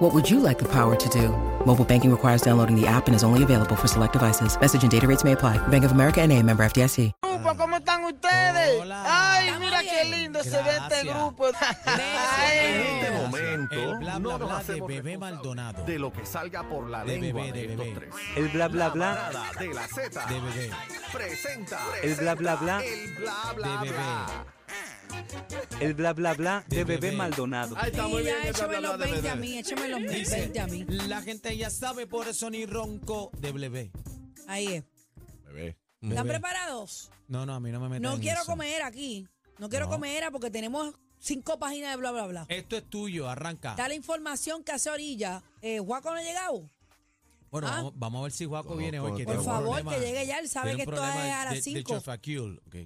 What would you like the power to do? Mobile banking requires downloading the app and is only available for select devices. Message and data rates may apply. Bank of America and a member FDIC. grupo, ¿cómo están ustedes? Ah. Hola. Ay, Estamos mira qué bien. lindo se ve este Gracias. grupo. En Ay, este momento, El bla, no nos bla, bla hacemos de bebé responsables Maldonado. de lo que salga por la De lengua bebé, de, de estos bebé. tres. El bla bla bla. Manada de la Z De bebé. presenta El bla, bla, bla. el bla bla De bebé. bla. El bla bla bla De de bebé bebé. Maldonado. Ahí está muy Y bien. ya, esta échame los hablada de 20 a bebé. mí, échame los Dice, 20 a mí. La gente ya sabe, por eso ni ronco de bebé. Ahí es. Bebé. ¿Están Bebé. preparados? No, no, a mí no me metan No en quiero eso. comer aquí. No quiero No. comer era porque tenemos cinco páginas de bla, bla, Eh. bla. Esto es tuyo, arranca. Está la información que hace orilla. Eh, Juaco no ha llegado. Bueno, Ah. vamos, vamos a ver si Juaco Con- viene hoy. con- que por tiene un favor, problema. que llegue ya, él sabe Tiene que un esto problema es a de- las de- de cinco. Chofacul, ok.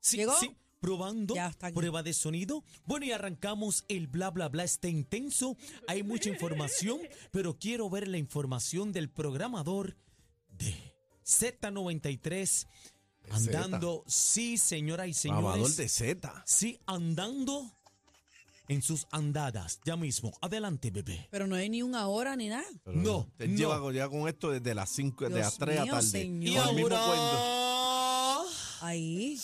Sí, ¿Llegó? sí, probando. Ya está aquí. Prueba de sonido. Bueno, y arrancamos el bla, bla, bla. Está intenso. Hay mucha información, pero quiero ver la información del programador de Z93. Andando, sí, señoras y Amador señores. de Z. Sí, andando en sus andadas. Ya mismo. Adelante, bebé. Pero no hay ni una hora ni nada. No, Él no. lleva, lleva con esto desde las 5, desde Dios las 3 a mío, tarde. señor. Y Con el mismo cuento. ahora... Ahí.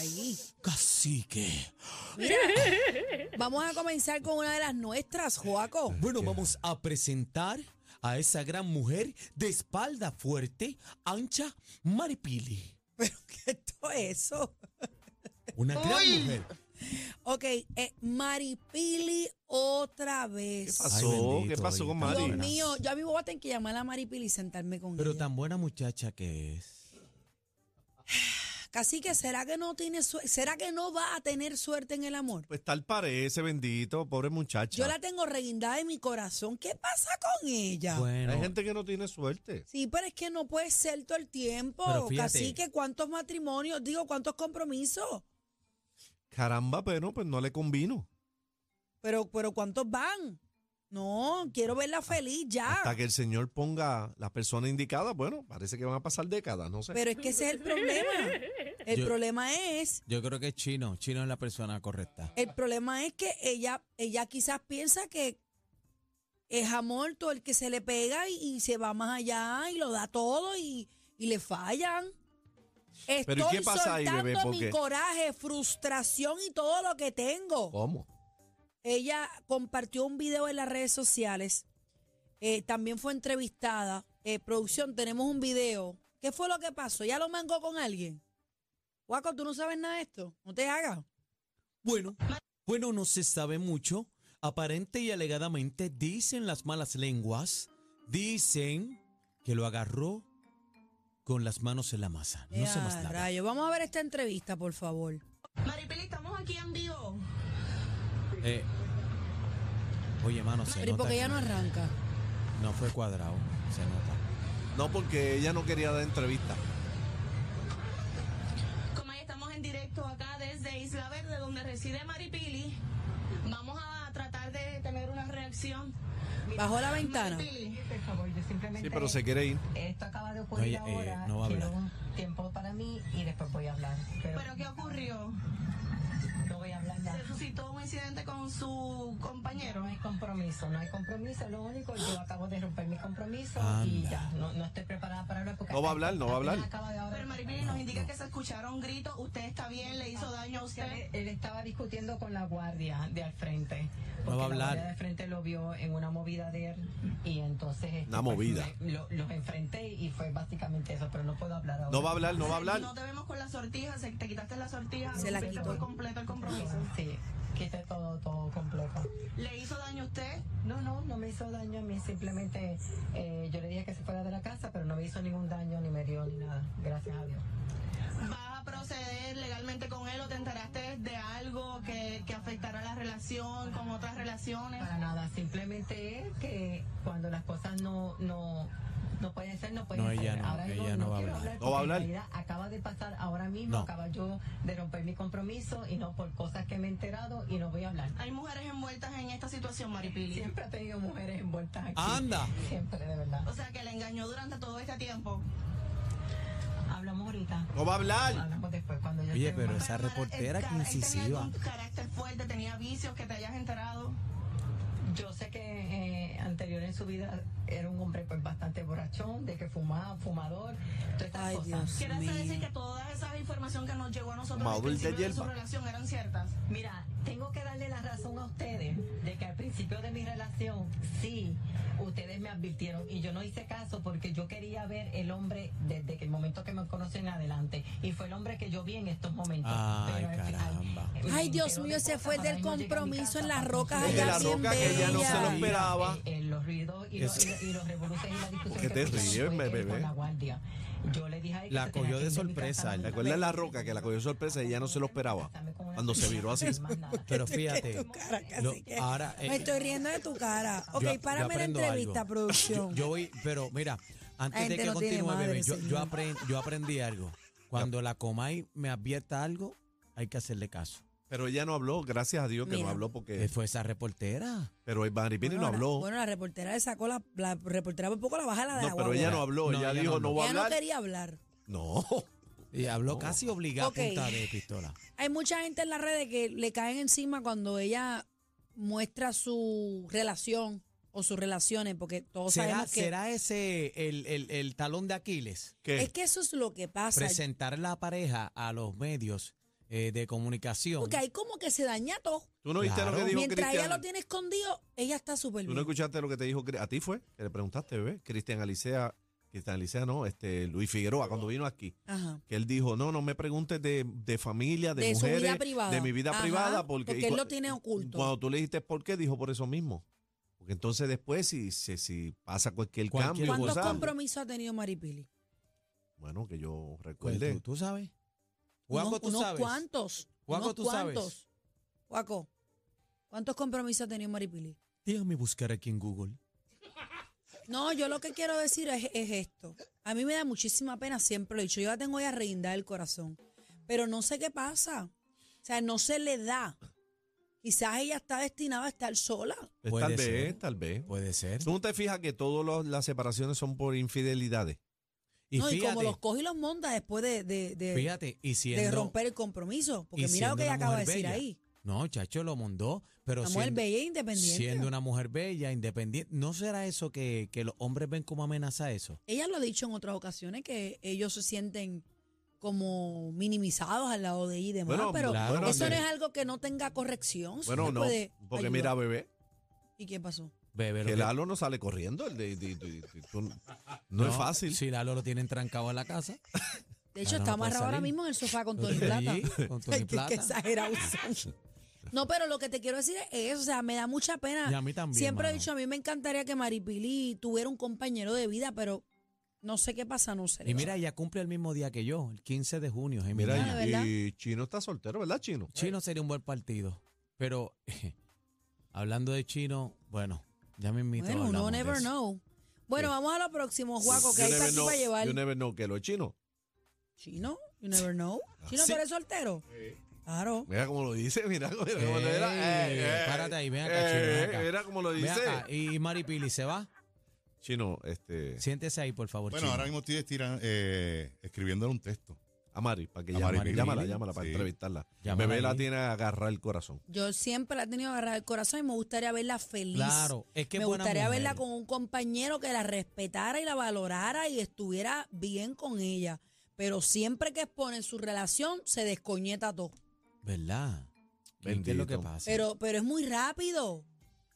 Ahí. Cacique. Vamos a comenzar con una de las nuestras, Joaco. Bueno, vamos a presentar a esa gran mujer de espalda fuerte, ancha, Maripili. ¿Pero qué es todo eso? Una gran Uy. mujer. Ok, eh, Maripili otra vez. ¿Qué pasó? bendito, ¿Qué pasó oye, tan con Mari? Dios buena. mío, yo a mí me voy a tener que llamar a Maripili y sentarme con Pero ella. tan buena muchacha que es. Casi que será que no tiene sue- será que no va a tener suerte en el amor. Pues tal parece, bendito, pobre muchacha. Yo la tengo reguindada en mi corazón. ¿Qué pasa con ella? Bueno, Hay gente que no tiene suerte. Sí, pero es que no puede ser todo el tiempo. Pero fíjate. Casi que cuántos matrimonios, digo, cuántos compromisos, Caramba, pero pues no le convino. pero pero cuántos van. No, quiero verla feliz ya. Hasta que el señor ponga la persona indicada, bueno, parece que van a pasar décadas, no sé. Pero es que ese es el problema. El Yo- problema es yo creo que es chino. Chino es la persona correcta. El problema es que ella, ella quizás piensa que es amor todo el que se le pega y, y se va más allá y lo da todo y, y le fallan. Estoy Pero ¿y qué pasa ahí, soltando bebé? mi Porque- coraje, frustración y todo lo que tengo. ¿Cómo? Ella compartió un video en las redes sociales. eh, también fue entrevistada. Eh, producción, tenemos un video. ¿Qué fue lo que pasó? ¿Ya lo mangó con alguien? Guaco, tú no sabes nada de esto. No te hagas. Bueno, bueno, no se sabe mucho. Aparente y alegadamente dicen las malas lenguas, dicen que lo agarró con las manos en la masa. No sé más Ya, nada. rayos. Vamos a ver esta entrevista, por favor. Maripili, estamos aquí en vivo. Eh, oye, mano, se Pero ¿y nota. por qué que ella no arranca? no fue cuadrado, se nota. No, porque ella no quería dar entrevista. Como ahí estamos en directo acá desde Isla Verde, donde reside Maripili. Vamos a tratar de tener una reacción. Bajó la ventana. Maripili, Por favor, yo simplemente. Sí, pero se quiere ir. Esto acaba de ocurrir No, ella, eh, ahora. no va a Quiero hablar. un tiempo para mí y después voy a hablar. Pero, ¿pero qué ocurrió? no voy a hablar nada. Se suscitó un incidente con su compañero. No hay compromiso, no hay compromiso. Lo único, yo acabo de romper mi compromiso y Anda. ya. No, no estoy preparada para hablar porque. No va a hablar, no va a hablar. Acaba de Pero hablar. Maripili nos indica que se escucharon gritos. Usted está bien, le hizo daño a usted. Él, él estaba discutiendo con la guardia de al frente. No porque va a hablar. La guardia de frente lo vio en una movida de él y entonces. este, Una pues, movida. me- lo- los enfrenté y fue básicamente eso, pero no puedo hablar ahora. No va a hablar, no va a No hablar. te vemos con la sortija, se- te quitaste la sortija. Se la rompiste quitó. por completo el compromiso. Sí, quité todo, todo completo. ¿Le hizo daño a usted? No, no, no me hizo daño a mí, simplemente eh, yo le dije que se fuera de la casa, pero no me hizo ningún daño, ni me dio ni nada, gracias a Dios. ¿Vas a proceder legalmente con él o te enteraste de algo que, que afectará la relación con otras relaciones? Para nada, simplemente es que cuando las cosas no, no, No puede ser, no puede No, ser. ella no, ahora mismo ella no va a quiero hablar. No va a porque en hablar. realidad acaba de pasar ahora mismo, No. acaba yo de romper mi compromiso y no por cosas que me he enterado y no voy a hablar. Hay mujeres envueltas en esta situación, Maripili. Siempre he tenido mujeres envueltas aquí. Anda. Siempre, de verdad. O sea, que le engañó durante todo este tiempo. Hablamos ahorita. No va a hablar. Hablamos después cuando yo Oye, esté pero más- esa Mara, reportera él que ca- él Tenía incisiva. algún carácter fuerte, tenía vicios que te hayas enterado. Yo sé que eh, anterior en su vida era un hombre pues bastante borrachón, de que fumaba, fumador, todas estas Ay, cosas. Dios. ¿Quieres mío. decir que todas esas informaciones que nos llegó a nosotros al Maul de principio de su hierba. relación eran ciertas? Mira, tengo que darle la razón a ustedes de que al principio de mi relación, sí, ustedes me advirtieron y yo no hice caso porque yo quería ver el hombre desde que el momento que me conocen adelante y fue el hombre que yo vi en estos momentos. Ay, Pero al final, caramba. eh, me Ay, Dios entero mío, de se cosas, fue ahora del mismo llegué a mi compromiso en casa, las pasó rocas todo. Desde allá la bien roca que ella no se lo bella. esperaba. Eh, eh, los ruidos y, los- Eso. y los revoluciones y la discusión. ¿Qué te tuvieron ríes, fue bebé? que con la guardia. Yo le dije a él que La se tenía cogió que de ir mi sorpresa, casa, él. ¿Te acuerdas la roca que la cogió sorpresa y ella no se lo esperaba? Cuando se viró así. Más nada. Pero fíjate. Tu cara, lo- cacique. ahora, eh, Me estoy riendo de tu cara. Ok, yo- yo párame la aprendo entrevista, algo. producción. Yo voy, pero mira, antes de gente que no tiene continúe, madre, bebé, yo, yo señor. apren- yo aprendí algo. Cuando la Comay me advierta algo, hay que hacerle caso. Pero ella no habló, gracias a Dios que no Mira. habló Eh, porque. Fue esa reportera. Pero Maripini no Bueno, la- habló. bueno, la reportera le sacó la, la reportera por poco la baja la de la No, pero ella no guagua. habló. No, Ella ella dijo, no no habló. va a Ella no hablar. quería hablar. No. Oh. Y habló casi obligada Ok. a punta de pistola. Hay mucha gente en las redes que le caen encima cuando ella muestra su relación o sus relaciones, porque todos ¿Será, sabemos que será ese el, el- el talón de Aquiles? ¿Qué? es que eso es lo que pasa. Presentar la pareja a los medios eh, de comunicación. Pues, Porque ahí como que se daña todo. ¿Tú no viste lo Claro. que dijo Mientras ella Cristian? lo tiene escondido, ella está súper ¿Tú no bien. escuchaste lo que te dijo? Cri- A ti fue, que le preguntaste, bebé. Cristian Alicea, Cristian Alicea no, este, Luis Figueroa, cuando vino aquí. Ajá. que él dijo, no, no me preguntes de, de familia, de, De su vida mujeres, privada. de mi vida Ajá, privada, porque, porque y él cua- lo tiene oculto. Cuando tú le dijiste por qué, dijo por eso mismo. Porque entonces después, si, si, si pasa cualquier, Cualquier cambio, ¿Cuántos cosa. ¿sabes? compromisos ha tenido Maripili? bueno, que yo Pues recuerde, tú, tú sabes. Guaco, Unos- tú unos sabes. ¿Cuántos? Guaco, unos tú sabes. cuantos. Guaco, ¿cuántos compromisos ha tenido Maripili? Déjame buscar aquí en Google. No, yo lo que quiero decir es, es esto. A mí me da muchísima pena, siempre lo he dicho. Yo la tengo ya reindar el corazón. Pero no sé qué pasa. O sea, no se le da. Quizás ella está destinada a estar sola. Pues puede tal vez, ser. tal vez. Puede ser. Tú no te fijas que todas las separaciones son por infidelidades. Y no, y como fíjate, los coge y los monta después de, de- de- fíjate, y de siendo, romper el compromiso. Porque y mira lo que siendo una ella acaba de mujer decir bella. ahí. No, chacho, lo mondó, pero La mujer siendo, bella e independiente. siendo una mujer bella, independiente, ¿no será eso que, que los hombres ven como amenaza eso? Ella lo ha dicho en otras ocasiones que ellos se sienten como minimizados al lado de ella y demás. Bueno, pero claro, eso que- no es algo que no tenga corrección. sí Bueno, se no, puede porque ayudar. mira, bebé, ¿Y qué pasó? Bebé, lo que que- Lalo no sale corriendo. el de- de- de- de- tú- no, es fácil. Si Lalo lo tienen trancado en la casa. De hecho, Ah, no, no está puede amarrado ahora salir. mismo en el sofá con Tony Allí, Plata. Con Tony Ay, qué- qué Plata. exagerado son. No, pero lo que te quiero decir es eso, o sea, me da mucha pena. Y a mí también, Siempre he mano. dicho, a mí me encantaría que Maripili tuviera un compañero de vida, pero no sé qué pasa, no sé. Y mira, ella cumple el mismo día que yo, el 15 de junio. Gemini. Ah, Mira, ¿de verdad? y, y Chino está soltero, ¿verdad, Chino? Chino sería un buen partido. Pero hablando de Chino, bueno, ya me invito bueno, uno never know. Bueno, vamos a lo próximo, Juaco, que You hay para never aquí know- para llevar. you never know que los chinos. Chino, you never know. Ah, Chino, Sí. pero es soltero. Claro. Mira cómo lo dice, mira, mira cómo lo Ey, era. Eh, eh, párate ahí, ven acá, eh, chino, ven acá. Mira cómo lo Ve dice. acá, y Mari Pili se va. Chino, este, Siéntese ahí, por favor. Bueno, Chino. ahora mismo estoy estira- eh, escribiéndole un texto. a Mari, para que A llame, Mari llámala, Pili, llámala para sí. entrevistarla. Llámala Bebé la ahí. tiene agarrar el corazón. Yo siempre la he tenido agarrada el corazón y me gustaría verla feliz. Claro, es que es me buena gustaría mujer. verla con un compañero que la respetara y la valorara y estuviera bien con ella. Pero siempre que expone su relación, se descoñeta todo. ¿Verdad? ¿Qué es lo que Bendito. pasa? Pero, pero es muy rápido.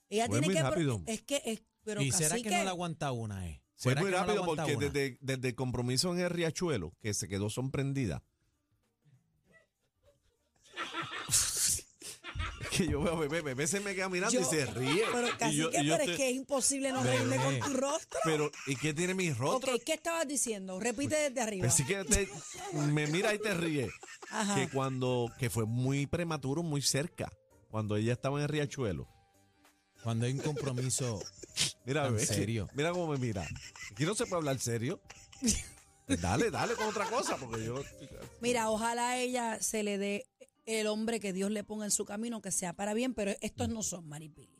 Ella Fue tiene muy que. pro- rápido. Es que. Es, pero ¿Y será cacique, que no la aguanta una, eh? Fue ¿Será muy que no la rápido aguanta porque una? desde, desde el compromiso en el Riachuelo, que se quedó sorprendida. que yo veo a bebé, bebé se me queda mirando y Yo- se ríe. Pero y casi yo- que, y yo pero es te- que es imposible no Bebé. reírme con tu rostro. pero, ¿y qué tiene mi Ok, rostro? ¿qué estabas diciendo? Repite Pues desde arriba. Así que te- me mira y te ríe. Ajá. Que cuando, que fue muy prematuro, muy cerca, cuando ella estaba en el riachuelo. Cuando hay un compromiso Mira, Tan bebé, serio. Mira cómo me mira. Aquí no se puede hablar serio. Pues dale, dale con otra cosa, porque yo. Mira, ojalá a ella se le dé el hombre que Dios le ponga en su camino, que sea para bien, pero estos no son maripili.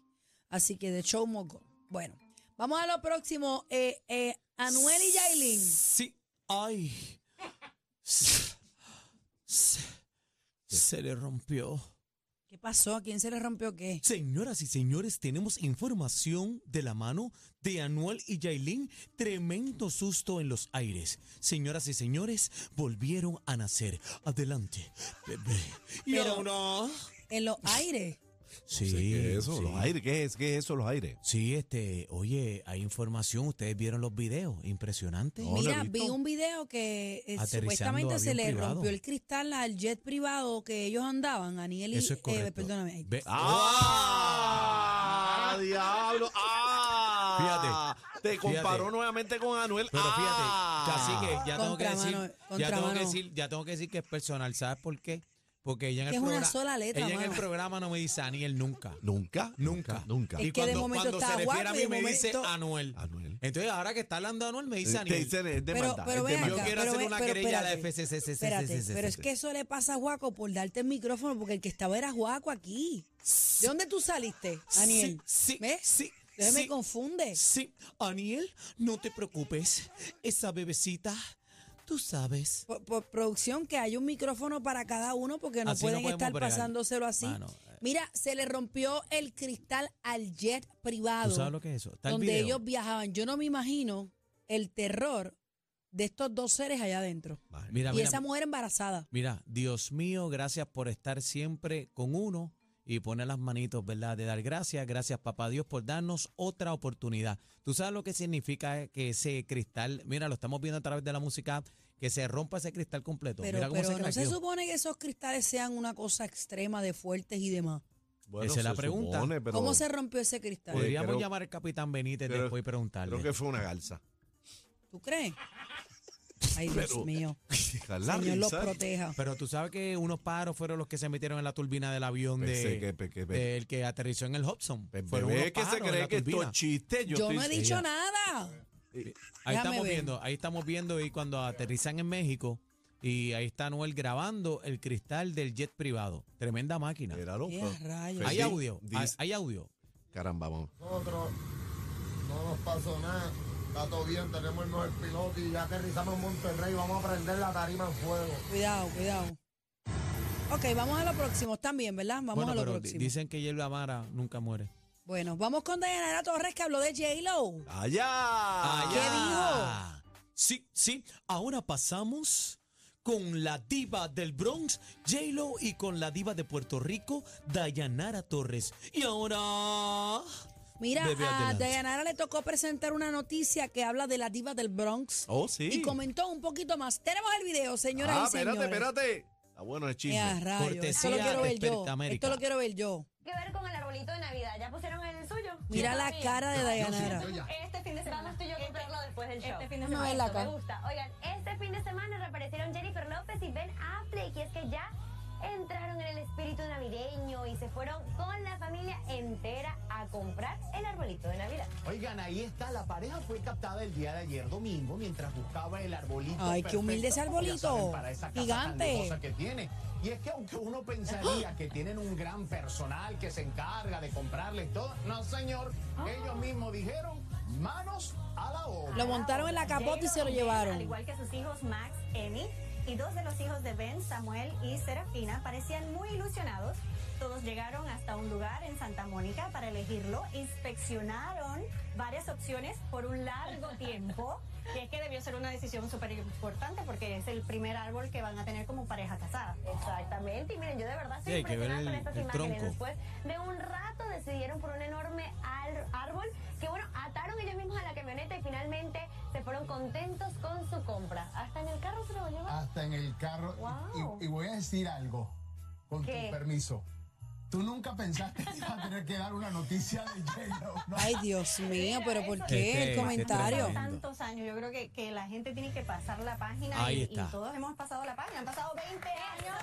Así que de show must go. Bueno, vamos a lo próximo. Eh, eh, Anuel y Yailin. Sí. Ay. Se, se le rompió. ¿Qué pasó? ¿A quién se le rompió qué? Señoras y señores, tenemos información de la mano de Anuel y Yailin. Tremendo susto en los aires. Señoras y señores, volvieron a nacer. Adelante, bebé. Y Pero- ahora- En los aires. Sí, No sé ¿Qué es eso? sí. Los aires, ¿qué es? ¿Qué es eso? Los aires. Sí, este, oye, hay información, ustedes vieron los videos, impresionante. No, no he Mira, visto. vi un video que eh, Aterrizando supuestamente se avión le privado. rompió el cristal al jet privado que ellos andaban, Aniel y... Eso es eh, correcto. perdóname. ay, Ve- ¡Ah! ¡Diablo! ¡Ah! Fíjate. Te Fíjate. comparó nuevamente con Anuel. Pero fíjate, casi ¡Ah! que ya tengo que Contra decir, mano, ya contra tengo que mano. decir, ya tengo que decir que es personal, ¿sabes por qué? Porque ella en el Que es una programa, sola letra, ella en el mano. programa no me dice Aniel nunca. Nunca, Nunca, nunca. Es Y que de cuando, momento cuando se está refiere a guapo mí y de me dice momento- Anuel. Anuel. Entonces ahora que está hablando de Anuel me dice Te Anuel. dicen, es de Pero, maldad, pero es ven de acá, Yo maldad. quiero pero hacer ven- una pero querella a la espérate. FCC. Espérate, pero es que eso le pasa a Guaco por darte el micrófono porque el que estaba era Guaco aquí. ¿De dónde tú saliste, Aniel? Sí, sí, ¿Ves? sí, Entonces sí. me confunde. Sí, Aniel, no te preocupes. Esa bebecita, tú sabes. Por, por producción, que hay un micrófono para cada uno porque no Así no pueden podemos estar bregar. pasándoselo así. Mano, eh. Mira, se le rompió el cristal al jet ¿Tú privado sabes lo que es eso? Está el donde video. ellos viajaban. Yo no me imagino el terror de estos dos seres allá adentro. Mira, y mira, esa mujer embarazada. mira, Dios mío, gracias por estar siempre con uno y poner las manitos, ¿verdad? De dar gracias. Gracias, papá Dios, por darnos otra oportunidad. ¿Tú sabes lo que significa que ese cristal, mira, lo estamos viendo a través de la música, que se rompa ese cristal completo? Pero, mira cómo pero se no se craqueó. supone que esos cristales sean una cosa extrema de fuertes y demás. Bueno, Esa es la se pregunta. supone, pero ¿Cómo se rompió ese cristal? Oye, Podríamos creo- llamar al capitán Benítez creo- después y preguntarle. Creo que fue una garza. ¿Tú crees? Ay, Dios Pero- mío. La Señor los risa. proteja. Pero tú sabes que unos pájaros fueron los que se metieron en la turbina del avión Pensé de, que- pe- que- pe- del que aterrizó en el Hobson. Pues, Fueron bebé, unos que se pájaros en cree la que esto turbina. es chiste. Yo, Yo no he estoy- dicho nada. Ahí Déjame estamos ver. viendo, ahí estamos viendo y cuando aterrizan en México y ahí está Noel grabando el cristal del jet privado. Tremenda máquina. Míralo, Qué pues. rayos. Hay Di- audio, di- hay, hay audio. Caramba, vamos. nosotros no nos pasó nada, está todo bien, tenemos el mejor piloto y ya aterrizamos en Monterrey, vamos a prender la tarima en fuego. Cuidado, cuidado. Ok, vamos a lo próximo también, ¿verdad? Vamos bueno, a lo pero di- próximo. dicen que Yerba Mara nunca muere. Bueno, vamos con Dayanara Torres que habló de J-Lo. ¡Allá! Ah, ¿Qué Allá. Sí, sí. Ahora pasamos con la diva del Bronx, J-Lo, y con la diva de Puerto Rico, Dayanara Torres. Y ahora... Mira, Bebe, a adelante. Dayanara le tocó presentar una noticia que habla de la diva del Bronx. Oh, sí. Y comentó un poquito más. Tenemos el video, señoras ah, y señores. espérate, espérate. Está bueno el Eh, a chisme. rayos, Esto lo Cortesía quiero de ver yo. Expertamérica. Esto lo quiero ver yo. que ver con el arbolito de Navidad? ¿Ya pusieron el suyo? Mira Yo la también. cara de Dayanara. Este fin de semana. Vamos tú y yo a comprarlo después del show. Este fin de No, semana. es la Eso, cara. Me gusta. Oigan, este fin de semana reaparecieron Jennifer López y Ben Affleck. Y es que ya entraron en el espíritu navideño y se fueron con la familia entera a comprar el arbolito de Navidad. Oigan, ahí está, la pareja fue captada el día de ayer domingo mientras buscaba el arbolito. Ay, qué humilde ese perfecto, ya saben, arbolito. para esa casa tan Gigante. lujosa que tiene. Y es que aunque uno pensaría que tienen un gran personal que se encarga de comprarles todo, no señor, ellos mismos dijeron manos a la obra. Lo montaron en la capota y se lo Al llevaron. igual que sus hijos Max, Emmy y dos de los hijos de Ben, Samuel y Serafina, parecían muy ilusionados. Todos llegaron hasta un lugar en Santa Mónica para elegirlo. Inspeccionaron varias opciones por un largo tiempo. Y es que debió ser una decisión súper importante porque es el primer árbol que van a tener como pareja casada. Exactamente. Y miren, yo de verdad Sí, hay que ver el- el tronco. después de un rato decidieron por un enorme ar- árbol que bueno, ataron ellos mismos a la camioneta y finalmente se fueron contentos con su compra. Hasta en el carro se lo llevaron. Hasta en el carro. Y- Wow. Y, y voy a decir algo, con ¿Qué? tu permiso. Tú nunca pensaste que ibas a tener que dar una noticia de J-Lo, ¿no? Ay, Dios mío, pero ¿por qué Este, el este comentario? tremendo. Tantos años, yo creo que, que la gente tiene que pasar la página Ahí y, está. y todos hemos pasado la página, han pasado 20 años.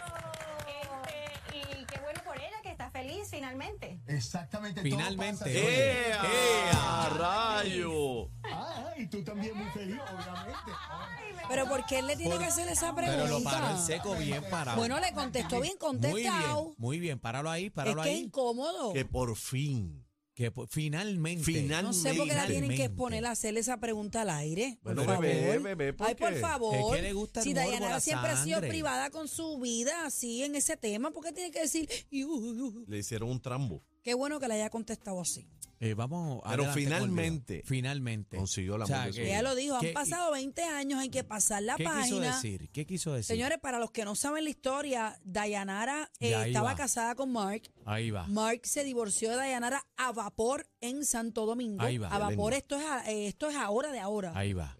Este, y qué bueno por ella que está feliz y finalmente. Exactamente. todo Finalmente. pasa. ¡Ea! ¡Ea, rayo! Ay, Ah, tú también muy feliz, obviamente. Pero ¿por qué él le tiene Por- que hacer esa pregunta? Pero lo paró en seco, bien parado. Bueno, le contestó bien muy bien, contestado. muy bien, páralo ahí, Es páralo que es ahí. incómodo. por fin. Que por- finalmente. Finalmente. No sé por qué la tienen que exponer a hacerle esa pregunta al aire. Por Bueno, favor. bebé, bebé, ¿por Ay, por qué? favor. Es que le gusta el si morbo, Dayanara la siempre ha sido sangre. privada con su vida, así en ese tema, ¿por qué tiene que decir? "Y, uh, uh, uh"? Le hicieron un trambo. Qué bueno que le haya contestado así. Eh, vamos Pero adelante con el video. finalmente. Finalmente. Consiguió la O sea, mujer que- suya. Ella lo dijo, ¿Qué- han pasado 20 años, hay que pasar la ¿Qué página. quiso decir? ¿Qué quiso decir? Señores, para los que no saben la historia, Dayanara eh, Ya, ahí estaba va. casada con Mark. Ahí va. Mark se divorció de Dayanara a vapor en Santo Domingo. Ahí va. A vapor, Lengua. esto es, a- eh, esto es ahora de ahora. Ahí va.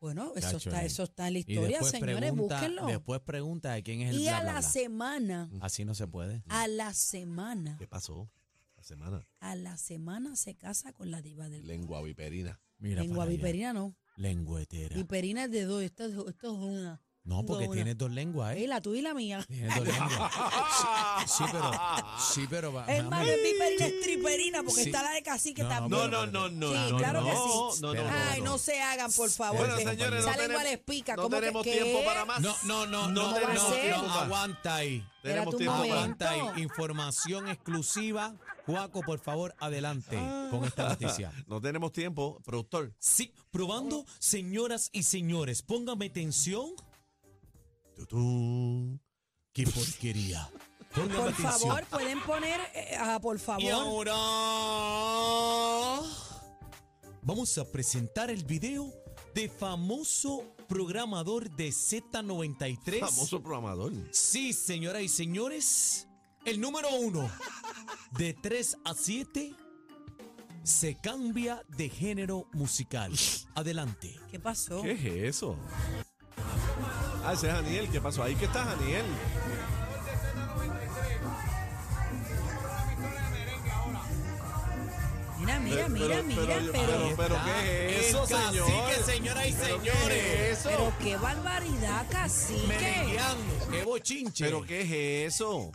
Bueno, eso Chacho, está, eh. eso está en la Y historia, después señores, pregunta- búsquenlo. Después pregunta de quién es el y bla, a bla, la Ah, bla. semana, Así no se puede. a la semana, ¿Qué pasó? La semana. a la semana se casa con la diva del Lengua viperina. Mira lengua para allá. viperina, no. Lengüetera. Viperina es de dos, esto, es- esto es una. No, porque Una. tienes dos lenguas, Ey, ¿eh? la tuya y la mía. Tienes dos lenguas. Sí, pero. Sí, pero. va- Hermano, mami. es viperina, es triperina, porque Sí. está la de cacique No, no, también. pero- No, no, no, Sí, no, claro no, que no, sí. no, no, Ay, no, no no. se hagan, por favor. Bueno, que señores, no esa lengua tenemos- les pica. no ¿Cómo que- tenemos qué? tiempo para más. No, no, no, No no, no, tenemos tiempo no, más. aguanta ahí. Tenemos tu tiempo para- momento. Aguanta ahí. Información exclusiva. Juaco, por favor, adelante con esta noticia. No tenemos tiempo, productor. Ah. Sí, probando, señoras y señores, póngame tensión. Tutú. ¡Qué porquería! Póngame Por atención. favor, pueden poner, eh, ah, por Y favor. ahora vamos a presentar el video de famoso programador de Z93. Famoso programador. Sí, señoras y señores, el número uno de 3 a 7 se cambia de género musical. Adelante. ¿Qué pasó? ¿Qué es eso? Ah, ese es Daniel. ¿Qué pasó? Ahí que está Daniel. Mira, mira, Pero- mira, pero- mira, pero- pero. pero ¿qué es eso, El cacique, señor? señoras y ¿Pero qué señores. es eso? Pero qué barbaridad, cacique. Merengueando. ¡Qué bochinche! ¿Pero qué es eso?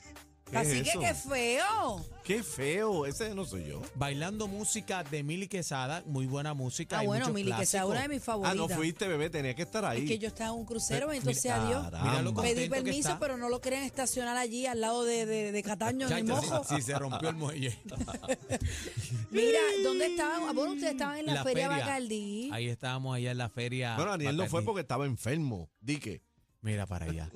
¿Qué es Cacique, eso? qué feo. Qué feo. Ese no soy yo. Bailando música de Mili Quesada, muy buena música. Ah, hay bueno, muchos Mili, que sea clásicos. una de mis Ah, no favoritas. fuiste, bebé. Tenía que estar ahí. Es que yo estaba en un crucero, Pero, entonces mira, adiós. caramba. Mira lo Pedí contento que permiso, está. pero no lo querían estacionar allí, al lado de, de, de Cataño, en el Chacho, mojo. sí, sí, se rompió el muelle. Mira, ¿dónde estaban? Ah, Bueno, ustedes estaban en la, feria, Bacardí. Ahí estábamos allá en la feria. Ah, Bueno, Daniel no fue Bacardí. porque estaba enfermo. Di que Mira para allá.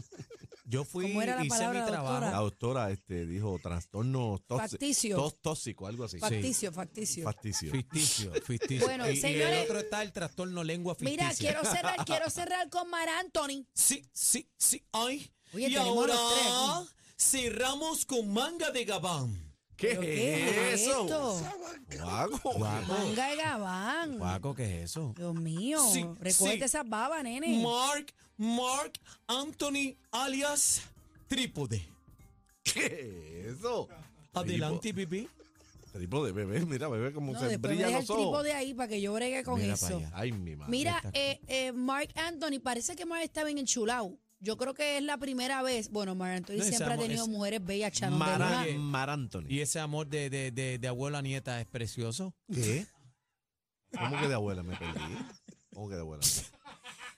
Yo fui, ¿Cómo era la hice palabra, mi trabajo. la doctora? doctora este, dijo trastorno tóxico. Facticio. Tos tóxico, algo así. Facticio, facticio. Facticio. Ficticio, ficticio. Bueno, y, y señores- el otro está el trastorno lengua ficticia. Mira, quiero cerrar, quiero cerrar con Mar Anthony. Sí, sí, sí. Ay. Oye, y tenemos a ahora los tres cerramos con manga de gabán. ¿Qué, ¿Pero qué es es eso? esto? Guaco. Oh. Manga de Gabán. Paco, ¿qué es eso? Dios mío. Sí, Recógete sí. esas babas, nene. Mark, Mark, Anthony, alias Trípode. ¿Qué es eso? Adelante, bebé. Tripo de bebé, mira bebé cómo no, se después me brillan deja los el tripo ojos. de ahí para que yo bregue con Mira para eso. allá. Ay, mi madre. Mira, eh, eh, Mark Anthony, parece que Mark está bien enchulado. Yo creo que es la primera vez. Bueno, Mark Anthony No, esa siempre ha mo- tenido es- mujeres bellas, Chano. de Mara, verdad. Mar Anthony. Y ese amor de, de, de, de abuela a nieta es precioso. ¿Qué? ¿Cómo que de abuela me perdí? ¿Cómo que de abuela?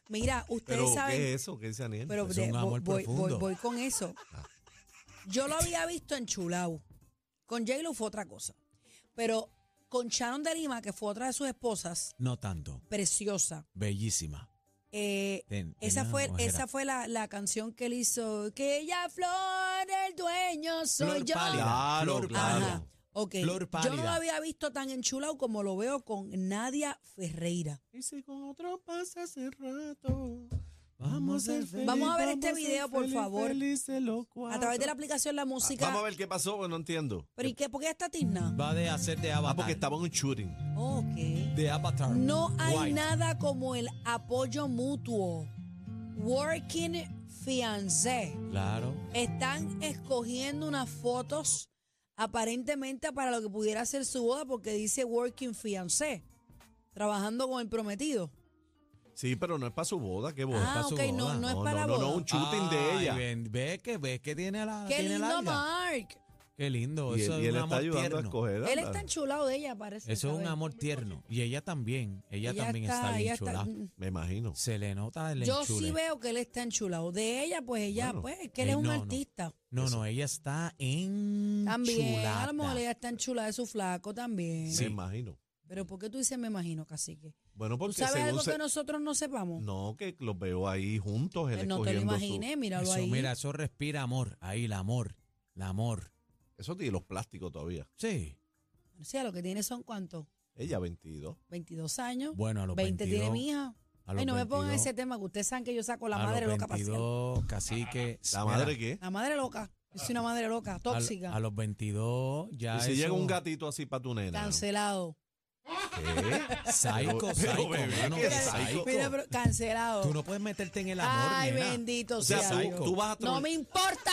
Mira, ustedes ¿Pero saben. qué es eso? ¿Qué dice Aniel? Pero Es de- un vo- amor voy, voy, profundo. Ah. voy con eso. Yo lo había visto en Chulau. Con J-Lo fue otra cosa. Pero con Sharon de Lima, que fue otra de sus esposas, No tanto. preciosa. Bellísima. eh, Ten- esa, tenía fue, ojera. esa fue la, la canción que él hizo. Que ella flor, el dueño soy Flor yo. pálida. Claro, Flor claro. pálida. Ok. Flor Yo no lo pálida. había visto tan enchulado como lo veo con Nadia Ferreira. Hice con otro pase hace rato. Vamos a ser feliz, Vamos a ver este video, por favor. A través de la aplicación La Música. Vamos a ver qué pasó, pues no entiendo. ¿Pero y qué? ¿Por qué está tiznado? Va de hacer de Ah, avatar. porque estaba en un shooting. Ok. De avatar. No hay White. nada como el apoyo mutuo. Working Fiancé. Claro. Están escogiendo unas fotos aparentemente para lo que pudiera ser su boda porque dice Working Fiancé. Trabajando con el prometido. Sí, pero no es para su boda, qué boda. Ah, para su ok, no, boda. no es para la no, No, boda. un shooting de Ay, ella. ven, ve que ve que Ah, tiene la ¡Qué tiene lindo, larga. Mark! Qué lindo. Y eso él, es y él un está amor ayudando tierno. a escoger. Él anda. está enchulado de ella, parece. Eso es un ¿sabes? amor tierno. Y ella también. Ella, Ella también está- está, ella bien está- chula. mm. Me imagino. Se le nota el Yo enchule. sí veo que él está enchulado. De ella, pues ella, Bueno, pues, es que él es eh, un no, no. artista. No, no, ella está en También, a lo mejor ella está enchulada de su flaco también. Me imagino. Pero ¿por qué tú dices me imagino, cacique? Bueno, ¿Tú porque sabes según algo se- que nosotros no sepamos? No, que los veo ahí juntos. Eh, Él no te lo escogiendo su- imaginé, míralo Eso, ahí. mira, eso respira amor. Ahí, el amor. El amor. Eso tiene los plásticos todavía. Sí. O sea, lo que tiene son cuántos? Ella 22. 22 años. Bueno, a los 20 tiene 22, mi hija. a los Ay, no me pongan 22. ese tema que ustedes saben que yo saco la a madre los loca para siempre. 22, cacique. ¿La mira, madre qué? La madre loca. Yo soy una madre loca, a lo- tóxica, A, los 22 ya Y si eso- llega un gatito así para tu nena. cancelado. ¿Qué? Psycho, Pero- psycho, pero, bebé, mano, ¿qué qué psycho? Mira, pero cancelado. Tú no puedes meterte en el amor, Ay, nena. bendito O sea, sea. tú- Dios. tú vas a no tron- me importa.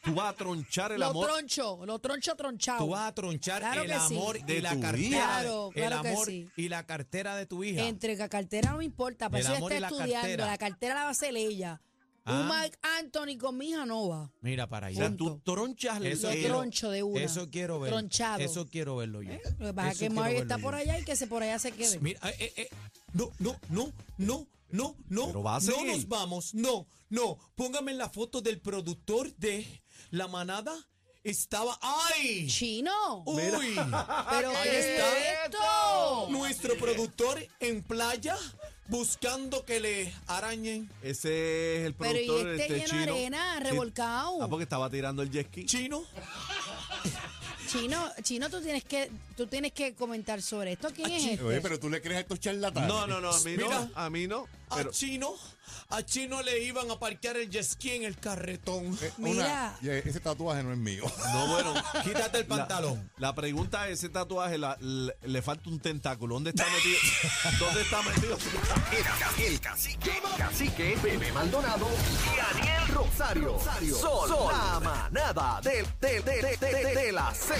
Tú vas a tronchar el lo amor. troncho, lo troncho tronchado. Tú vas a tronchar Claro el que sí. amor De y la tu cartera. hija. Claro, claro el que amor sí. y la cartera de tu hija. Entre la cartera no me importa, para El eso ella amor está y la estudiando. cartera. La cartera la va a hacer ella. Ah. Un Mike Anthony con mi hija no va. Mira para O allá. sea, tú tronchas Lo el- troncho de una. Eso quiero verlo. Tronchado. ¿Eh? Eso quiero verlo yo. Lo que pasa es Eso que quiero Mike está verlo por yo. allá y que se por allá se quede. Mira, eh, eh, eh, no, no, no, no, no, no. Pero va a no seguir. nos vamos, no, no. Póngame la foto del productor de La Manada. Estaba ahí. Chino. Uy. Pero Ahí ¿qué está. es esto? Nuestro productor en playa buscando que le arañen. Ese es el Pero y productor este este lleno de chino. arena, Sí. revolcado. Ah, porque estaba tirando el jet ski. Chino, Chino, Chino, tú tienes que, tú tienes que comentar sobre esto. ¿Quién es este? Oye, pero tú le crees a estos charlatanes. No, no, no, a mí Mira. no. A mí no. Ah, Pero a Chino, a Chino le iban a parquear el jet ski en el carretón. Eh, Mira. y ese tatuaje no es mío. no, bueno. Quítate el La- pantalón. La, pregunta es, ese tatuaje la- le, le falta un tentáculo. ¿Dónde está metido? ¿Dónde está metido? El, el cacique, cacique, Bebé Maldonado y Daniel Rosario. Rosario. Sol, la manada del- de, de, de, de, de la Z.